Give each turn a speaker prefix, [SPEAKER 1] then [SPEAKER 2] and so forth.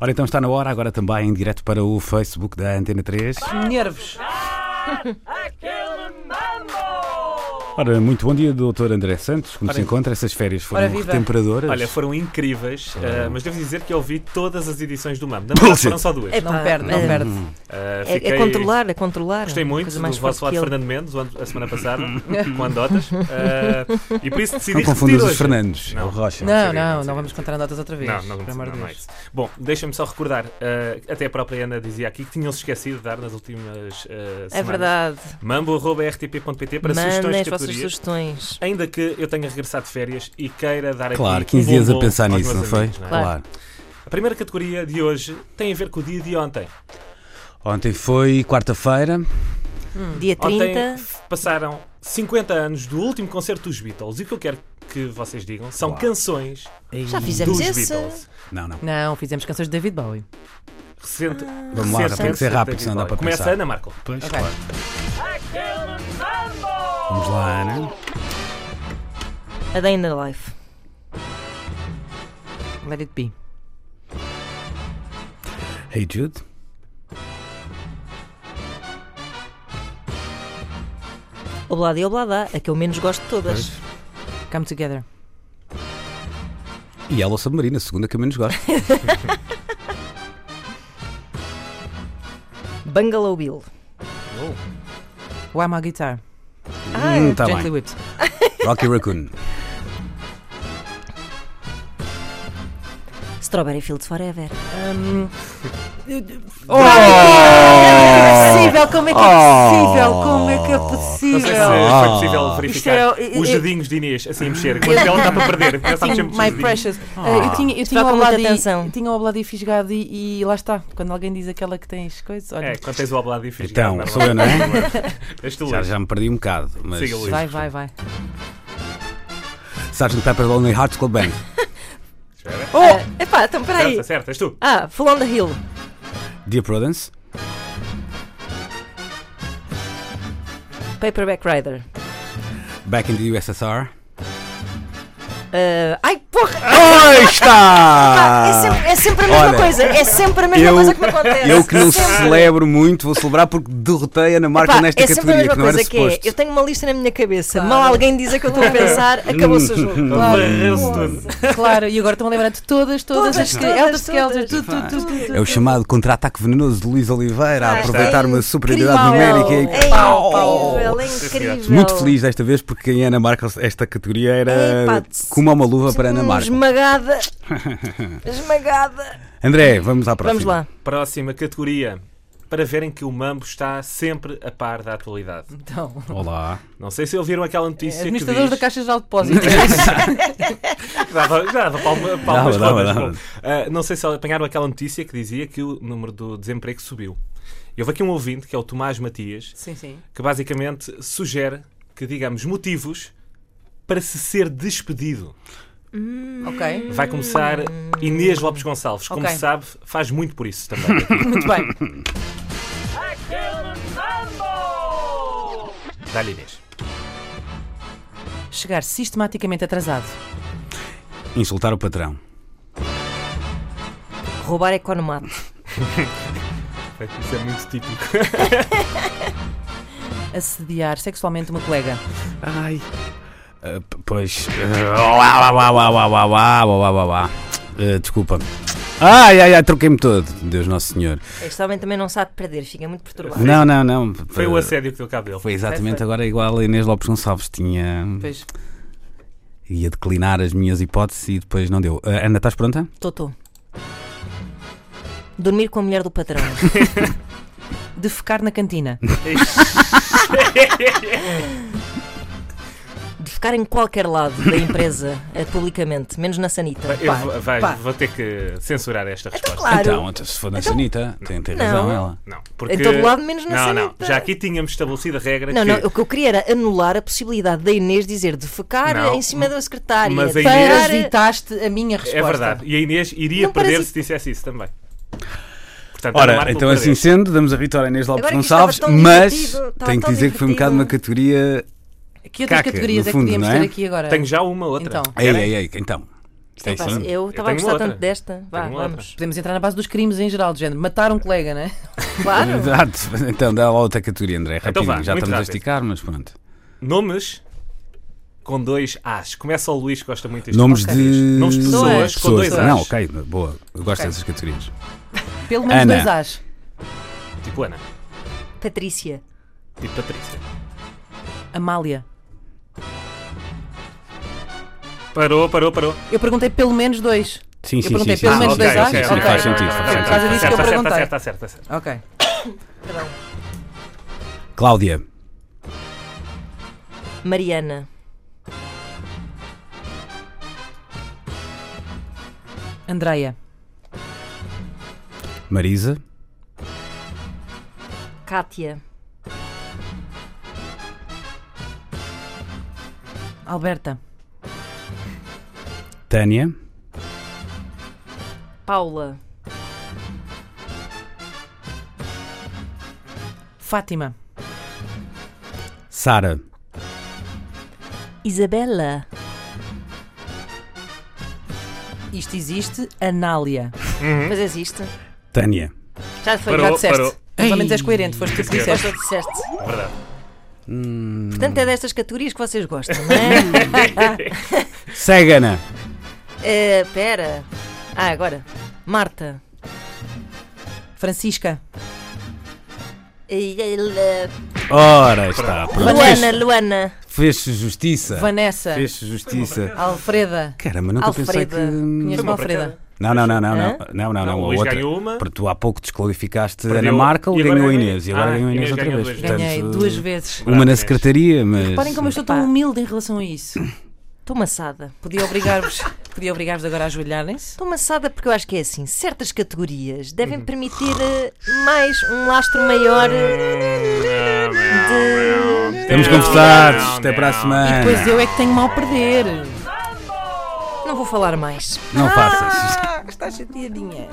[SPEAKER 1] Ora, então está na hora, agora também em direto para o Facebook da Antena 3.
[SPEAKER 2] Ah, Nervos.
[SPEAKER 1] Ora, muito bom dia, Dr. André Santos. Como
[SPEAKER 3] Ora,
[SPEAKER 1] se encontra? Essas férias
[SPEAKER 2] Ora,
[SPEAKER 1] foram
[SPEAKER 2] viva.
[SPEAKER 1] temperadoras?
[SPEAKER 3] Olha, foram incríveis, eh, mas devo dizer que eu vi todas as edições do MAM. Na
[SPEAKER 1] Bullshit.
[SPEAKER 3] verdade, foram só duas.
[SPEAKER 4] Ah,
[SPEAKER 2] Não perde,
[SPEAKER 4] é,
[SPEAKER 2] não perde.
[SPEAKER 3] Eh,
[SPEAKER 2] É, é controlar, é controlar.
[SPEAKER 3] Gostei muito
[SPEAKER 2] Coisa
[SPEAKER 3] do
[SPEAKER 2] mais
[SPEAKER 3] vosso lado
[SPEAKER 2] forte que ele.
[SPEAKER 3] Fernando Mendes o ano- a semana passada, com anedotas. eh, e por isso decidi
[SPEAKER 1] Não confundas
[SPEAKER 3] repetir
[SPEAKER 1] os
[SPEAKER 3] hoje.
[SPEAKER 1] Fernandes.
[SPEAKER 3] Não.
[SPEAKER 1] É o Rocha.
[SPEAKER 2] Não, não,
[SPEAKER 3] seria, não
[SPEAKER 2] não
[SPEAKER 3] seria.
[SPEAKER 2] vamos contar notas outra vez.
[SPEAKER 3] Não, não
[SPEAKER 2] pelo
[SPEAKER 3] vamos
[SPEAKER 2] amor de
[SPEAKER 3] não é
[SPEAKER 2] Deus.
[SPEAKER 3] isso. Bom, deixa-me só recordar, eh, até a própria Ana dizia aqui que tinham-se esquecido de dar nas últimas eh, semanas.
[SPEAKER 2] É verdade.
[SPEAKER 3] Mambo.rtp.pt para sugestões
[SPEAKER 2] Mandem
[SPEAKER 3] de
[SPEAKER 2] as vossas
[SPEAKER 3] categorias.
[SPEAKER 2] sugestões.
[SPEAKER 3] Ainda que eu tenha regressado de férias e queira dar
[SPEAKER 1] Claro,
[SPEAKER 3] aqui um
[SPEAKER 1] 15 dias a
[SPEAKER 3] bombom
[SPEAKER 1] pensar
[SPEAKER 3] aos
[SPEAKER 1] nisso,
[SPEAKER 3] meus
[SPEAKER 1] não foi?
[SPEAKER 3] amigos, não é?
[SPEAKER 1] Claro.
[SPEAKER 3] A primeira categoria de hoje tem a ver com o dia de ontem.
[SPEAKER 1] Ontem foi quarta-feira.
[SPEAKER 2] Dia
[SPEAKER 3] Ontem
[SPEAKER 2] 30.
[SPEAKER 3] f- passaram 50 anos do último concerto dos Beatles e o que eu quero que vocês digam são
[SPEAKER 1] Uau.
[SPEAKER 3] canções
[SPEAKER 2] Já fizemos Ah.
[SPEAKER 3] dos
[SPEAKER 2] esse.
[SPEAKER 3] Beatles.
[SPEAKER 1] Não, não.
[SPEAKER 2] Não, fizemos canções de David Bowie.
[SPEAKER 3] Recente,
[SPEAKER 1] Vamos lá,
[SPEAKER 3] recente
[SPEAKER 1] tem que ser rápido,
[SPEAKER 3] David
[SPEAKER 1] senão dá
[SPEAKER 3] Bowie.
[SPEAKER 1] para
[SPEAKER 3] Começa
[SPEAKER 1] pensar.
[SPEAKER 3] a Ana Marco.
[SPEAKER 1] Pois,
[SPEAKER 2] Ok.
[SPEAKER 1] claro. Vamos lá, Ana.
[SPEAKER 2] A Day in the Life. Let it be.
[SPEAKER 1] Hey Jude.
[SPEAKER 2] Oblada e Oblada, a que eu menos gosto de todas. Come together.
[SPEAKER 1] E Yellow Submarina, a segunda que eu menos gosto.
[SPEAKER 2] Bungalow Bill.
[SPEAKER 3] Oh,
[SPEAKER 2] Why My Guitar.
[SPEAKER 3] Ah,
[SPEAKER 1] Hum, tá
[SPEAKER 2] Gently
[SPEAKER 1] bem.
[SPEAKER 2] Whipped.
[SPEAKER 1] Rocky Raccoon.
[SPEAKER 4] Strawberry Fields Forever.
[SPEAKER 2] Um...
[SPEAKER 3] Oh!
[SPEAKER 2] é possível? Como é que é possível? Como é que é
[SPEAKER 3] Não sei se
[SPEAKER 2] possível?
[SPEAKER 1] Ah.
[SPEAKER 3] foi possível verificar
[SPEAKER 2] Isto é-
[SPEAKER 3] os
[SPEAKER 2] é-
[SPEAKER 3] dedinhos de Inês assim a mexer. Quando ela está para perder, porque ela sabe sempre Ah.
[SPEAKER 5] My
[SPEAKER 3] os dedinhos.
[SPEAKER 5] Precious. Eh, eu tinha, eu tinha
[SPEAKER 4] Troca
[SPEAKER 5] o
[SPEAKER 4] muita
[SPEAKER 5] Obladi-
[SPEAKER 4] atenção.
[SPEAKER 5] tinha o Obladi fisgado e, e lá está. Quando alguém diz aquela que tens coisas, olha.
[SPEAKER 3] É, quando tens o oblado difícil.
[SPEAKER 1] Então, sou eu, não é?
[SPEAKER 3] Deixa tu
[SPEAKER 1] Já,
[SPEAKER 3] ler.
[SPEAKER 1] já me perdi um bocado. Mas...
[SPEAKER 3] Siga, Luís.
[SPEAKER 5] Vai, vai, vai.
[SPEAKER 1] Sgt. Pepper Lonely Hearts Club Band.
[SPEAKER 3] Espera.
[SPEAKER 4] Ah,
[SPEAKER 2] Oh! Epá, então peraí.
[SPEAKER 3] Certo, certo, és tu.
[SPEAKER 2] Ah, Full on the Hill.
[SPEAKER 1] Dear Prudence.
[SPEAKER 2] Paperback Rider.
[SPEAKER 1] Back in the USSR.
[SPEAKER 2] Ah, ai, porra!
[SPEAKER 1] Aí está!
[SPEAKER 4] é, sempre, é sempre a mesma
[SPEAKER 1] Ah! Olha,
[SPEAKER 4] coisa. É sempre a mesma
[SPEAKER 1] eu-
[SPEAKER 4] coisa que me acontece.
[SPEAKER 1] Eu que não
[SPEAKER 4] Sempre.
[SPEAKER 1] celebro muito, vou celebrar porque derrotei a Ana Marca
[SPEAKER 4] Epá,
[SPEAKER 1] nesta
[SPEAKER 4] é sempre a
[SPEAKER 1] categoria,
[SPEAKER 4] mesma
[SPEAKER 1] que não era
[SPEAKER 4] coisa que é.
[SPEAKER 1] suposto.
[SPEAKER 4] Eu tenho uma lista na minha cabeça. Mal alguém diz a que eu estou a pensar, acabou-se o jogo.
[SPEAKER 3] Barreu-se tudo.
[SPEAKER 5] Claro, e agora estão a lembrar de todas, todas,
[SPEAKER 4] Todas,
[SPEAKER 5] as
[SPEAKER 4] todas,
[SPEAKER 5] Elder
[SPEAKER 4] todas.
[SPEAKER 5] Skelter, tudo, tudo, tudo, tudo, tudo.
[SPEAKER 1] É o chamado contra-ataque venenoso de Luís Oliveira a
[SPEAKER 4] Ah,
[SPEAKER 1] aproveitar
[SPEAKER 4] é
[SPEAKER 1] uma superioridade
[SPEAKER 4] incrível.
[SPEAKER 1] numérica.
[SPEAKER 4] É
[SPEAKER 1] e- oh,
[SPEAKER 4] incrível, é incrível.
[SPEAKER 1] Muito feliz desta vez porque em Ana Marca esta categoria era
[SPEAKER 4] Epá,
[SPEAKER 1] como uma luva para Ana
[SPEAKER 4] Hum,
[SPEAKER 1] Marca.
[SPEAKER 4] Esmagada. Esmagada.
[SPEAKER 1] André, vamos à próxima.
[SPEAKER 2] Vamos lá.
[SPEAKER 3] Próxima categoria. Para verem que o Mambo está sempre a par da atualidade.
[SPEAKER 5] Então,
[SPEAKER 1] Olá.
[SPEAKER 3] Não sei se ouviram aquela
[SPEAKER 2] Eh,
[SPEAKER 3] notícia que
[SPEAKER 5] Eh, administradores da
[SPEAKER 3] diz...
[SPEAKER 5] Caixa Geral de Depósitos.
[SPEAKER 3] Dava, dava palma, palmas
[SPEAKER 1] Dava,
[SPEAKER 3] rodas,
[SPEAKER 1] dava,
[SPEAKER 3] bom.
[SPEAKER 1] dava.
[SPEAKER 3] Ah, Não sei se apanharam aquela notícia que dizia que o número do desemprego subiu. E houve aqui um ouvinte, que é o Tomás Matias,
[SPEAKER 5] sim, sim.
[SPEAKER 3] que basicamente sugere que digamos motivos para se ser despedido.
[SPEAKER 5] Ok.
[SPEAKER 3] Vai começar
[SPEAKER 4] Hum.
[SPEAKER 3] Inês Lopes Gonçalves. Como
[SPEAKER 5] Ok.
[SPEAKER 3] se sabe, faz muito por isso também.
[SPEAKER 5] Muito bem.
[SPEAKER 3] Dá-lhe Inês.
[SPEAKER 5] Chegar sistematicamente atrasado.
[SPEAKER 1] Insultar o patrão.
[SPEAKER 4] Roubar economato.
[SPEAKER 3] Isso é muito típico.
[SPEAKER 5] Assediar sexualmente uma colega.
[SPEAKER 1] Ai. Ah, p- pois. ah, uá, uá, uá, uá, uá, uá, uá, uá, uá. Ah, desculpa. Ai, ai, ai, troquei-me todo. Deus Nosso Senhor.
[SPEAKER 4] Este homem também não sabe perder, fica muito perturbado.
[SPEAKER 1] Não, não, não. Ah,
[SPEAKER 3] Foi o assédio que deu cabo dele.
[SPEAKER 1] Foi exatamente agora igual a Inês Lopes Gonçalves. Tinha.
[SPEAKER 5] Pois.
[SPEAKER 1] Ia declinar as minhas hipóteses e depois não deu. Ah, Ana, estás pronta?
[SPEAKER 4] Totó. Dormir com a mulher do patrão.
[SPEAKER 5] Defecar na cantina.
[SPEAKER 4] De ficar em qualquer lado da empresa, eh, publicamente, menos na sanita.
[SPEAKER 3] Eu vou- vai- vou ter que censurar esta resposta.
[SPEAKER 4] Claro.
[SPEAKER 1] Então, então, se for na Sanita, tem, tem razão
[SPEAKER 4] Não.
[SPEAKER 1] ela.
[SPEAKER 3] Não, porque...
[SPEAKER 4] Em todo lado, menos na
[SPEAKER 3] Não, não.
[SPEAKER 4] sanita.
[SPEAKER 3] Já aqui tínhamos estabelecido a regra
[SPEAKER 4] Não,
[SPEAKER 3] que...
[SPEAKER 4] não, o que eu queria era anular a possibilidade da Inês dizer de ficar
[SPEAKER 3] Não,
[SPEAKER 4] em cima da secretária.
[SPEAKER 3] mas a
[SPEAKER 4] de ficar-
[SPEAKER 5] Parasitaste a minha resposta.
[SPEAKER 3] É verdade. E a Inês iria
[SPEAKER 4] Não
[SPEAKER 3] perder
[SPEAKER 4] parece-
[SPEAKER 3] se dissesse isso também. Portanto, Ana
[SPEAKER 1] Ora,
[SPEAKER 3] Marco
[SPEAKER 1] então
[SPEAKER 3] perdeu.
[SPEAKER 1] assim sendo, damos a vitória a Inês Lopes
[SPEAKER 4] Agora que isto
[SPEAKER 1] Gonçalves,
[SPEAKER 4] estava tão
[SPEAKER 1] mas
[SPEAKER 4] divertido, estava
[SPEAKER 1] tenho que
[SPEAKER 4] tão
[SPEAKER 1] dizer que foi um bocado uma categoria.
[SPEAKER 5] Que outras
[SPEAKER 1] Caca,
[SPEAKER 5] categorias
[SPEAKER 1] no
[SPEAKER 5] é que
[SPEAKER 1] fundo,
[SPEAKER 5] podíamos
[SPEAKER 1] não é?
[SPEAKER 5] ter aqui agora?
[SPEAKER 3] Tenho já uma outra.
[SPEAKER 5] Então.
[SPEAKER 1] Ei,
[SPEAKER 3] Querem?
[SPEAKER 1] ei, ei, então. Tem
[SPEAKER 4] Epá,
[SPEAKER 1] sim.
[SPEAKER 4] eu estava a
[SPEAKER 3] tenho
[SPEAKER 4] gostar
[SPEAKER 3] outra.
[SPEAKER 4] tanto desta. Vá,
[SPEAKER 3] Tenho uma
[SPEAKER 4] vamos.
[SPEAKER 5] Podemos entrar na base dos crimes em geral, do género. Matar um colega, né?
[SPEAKER 4] Claro.
[SPEAKER 1] Exato. Então dá lá outra categoria, André.
[SPEAKER 3] Então
[SPEAKER 1] Rapidinho.
[SPEAKER 3] vá,
[SPEAKER 1] Já
[SPEAKER 3] muito
[SPEAKER 1] estamos a
[SPEAKER 3] rápido.
[SPEAKER 1] esticar, mas pronto.
[SPEAKER 3] Nomes com dois As. Começa o Luís, que gosta muito deste
[SPEAKER 1] Nomes
[SPEAKER 3] nome.
[SPEAKER 1] de...
[SPEAKER 3] Nomes de pessoas com dois As.
[SPEAKER 1] Não, ok. Boa. Eu gosto
[SPEAKER 5] Ok.
[SPEAKER 1] dessas categorias.
[SPEAKER 5] Pelo menos
[SPEAKER 1] Ana.
[SPEAKER 5] dois as.
[SPEAKER 3] Tipo Ana,
[SPEAKER 4] Patrícia.
[SPEAKER 3] tipo Patrícia.
[SPEAKER 5] Amália.
[SPEAKER 3] Parou, parou, parou.
[SPEAKER 5] Eu perguntei pelo menos dois.
[SPEAKER 1] Sim, sim, sim.
[SPEAKER 5] perguntei
[SPEAKER 1] sim,
[SPEAKER 5] pelo
[SPEAKER 1] sim,
[SPEAKER 5] menos
[SPEAKER 1] sim,
[SPEAKER 5] é dois
[SPEAKER 1] sim,
[SPEAKER 5] As,
[SPEAKER 1] sim, sim,
[SPEAKER 5] ok.
[SPEAKER 1] Faz sentido.
[SPEAKER 5] Ok,
[SPEAKER 1] faz
[SPEAKER 5] ok.
[SPEAKER 1] sentido.
[SPEAKER 5] Por causa
[SPEAKER 3] Tá
[SPEAKER 5] disso que eu perguntei.
[SPEAKER 3] Acerta, acerta, acerta.
[SPEAKER 5] Ok.
[SPEAKER 4] Perdão.
[SPEAKER 1] Cláudia.
[SPEAKER 4] Mariana.
[SPEAKER 5] Andreia.
[SPEAKER 1] Marisa.
[SPEAKER 4] Cátia.
[SPEAKER 5] Alberta.
[SPEAKER 1] Tânia.
[SPEAKER 4] Paula.
[SPEAKER 5] Fátima.
[SPEAKER 1] Sara.
[SPEAKER 4] Isabela.
[SPEAKER 5] Isto existe. Anália.
[SPEAKER 4] Hum? Mas existe.
[SPEAKER 1] Tânia.
[SPEAKER 4] Já foi.
[SPEAKER 3] Parou,
[SPEAKER 5] Já disseste.
[SPEAKER 3] parou.
[SPEAKER 5] Mas
[SPEAKER 1] Oh, Ei.
[SPEAKER 5] ao menos és coerente, foste tu que
[SPEAKER 4] Já
[SPEAKER 5] disseste.
[SPEAKER 4] tu disseste.
[SPEAKER 3] Verdade.
[SPEAKER 4] Portanto, é destas categorias que vocês gostam, não é?
[SPEAKER 1] Cegana.
[SPEAKER 4] Eh, Pera. Ah, agora. Marta.
[SPEAKER 5] Francisca.
[SPEAKER 4] E- e- le-
[SPEAKER 1] Ora está. Pronto.
[SPEAKER 4] Luana, Luana.
[SPEAKER 1] Fez-se justiça.
[SPEAKER 5] Vanessa.
[SPEAKER 1] Fez-se justiça.
[SPEAKER 5] Alfreda.
[SPEAKER 1] Caramba, nunca pensei que.
[SPEAKER 4] Alfreda.
[SPEAKER 5] Conheço
[SPEAKER 3] Foi uma
[SPEAKER 5] Alfreda.
[SPEAKER 1] Não, não, não, não, não.
[SPEAKER 4] Hã?
[SPEAKER 1] Não, não, não.
[SPEAKER 3] Não, o
[SPEAKER 1] a
[SPEAKER 3] Então, Luís
[SPEAKER 1] outra.
[SPEAKER 3] ganhou uma.
[SPEAKER 1] Porque tu há pouco desqualificaste a
[SPEAKER 3] Perdeu.
[SPEAKER 1] Ana Marca,
[SPEAKER 3] E
[SPEAKER 1] ele
[SPEAKER 3] agora
[SPEAKER 1] ganhou a
[SPEAKER 3] ganhou
[SPEAKER 1] Inês. E agora
[SPEAKER 3] Ah,
[SPEAKER 1] ganhou a Inês
[SPEAKER 3] Inês
[SPEAKER 1] outra
[SPEAKER 3] ganhou
[SPEAKER 1] vez.
[SPEAKER 3] duas
[SPEAKER 1] Portanto,
[SPEAKER 5] Ganhei duas vezes.
[SPEAKER 1] Uma na
[SPEAKER 3] Parabéns.
[SPEAKER 1] secretaria, mas.
[SPEAKER 5] Reparem como eu estou tão
[SPEAKER 4] Pá.
[SPEAKER 5] humilde em relação a isso.
[SPEAKER 4] Estou maçada.
[SPEAKER 5] Podia obrigar-vos podia obrigar-vos agora a ajoelharem-se.
[SPEAKER 4] Estou maçada porque eu acho que é assim. Certas categorias devem permitir eh, mais um lastro maior eh, de.
[SPEAKER 1] Estamos
[SPEAKER 3] Não,
[SPEAKER 1] conversados.
[SPEAKER 3] não,
[SPEAKER 1] Até é para a
[SPEAKER 3] não.
[SPEAKER 1] semana.
[SPEAKER 5] Pois é. eu é que tenho mal a perder.
[SPEAKER 4] Não vou falar mais.
[SPEAKER 1] Não
[SPEAKER 3] Ah,
[SPEAKER 1] faças.
[SPEAKER 5] Ah, estás chateadinha.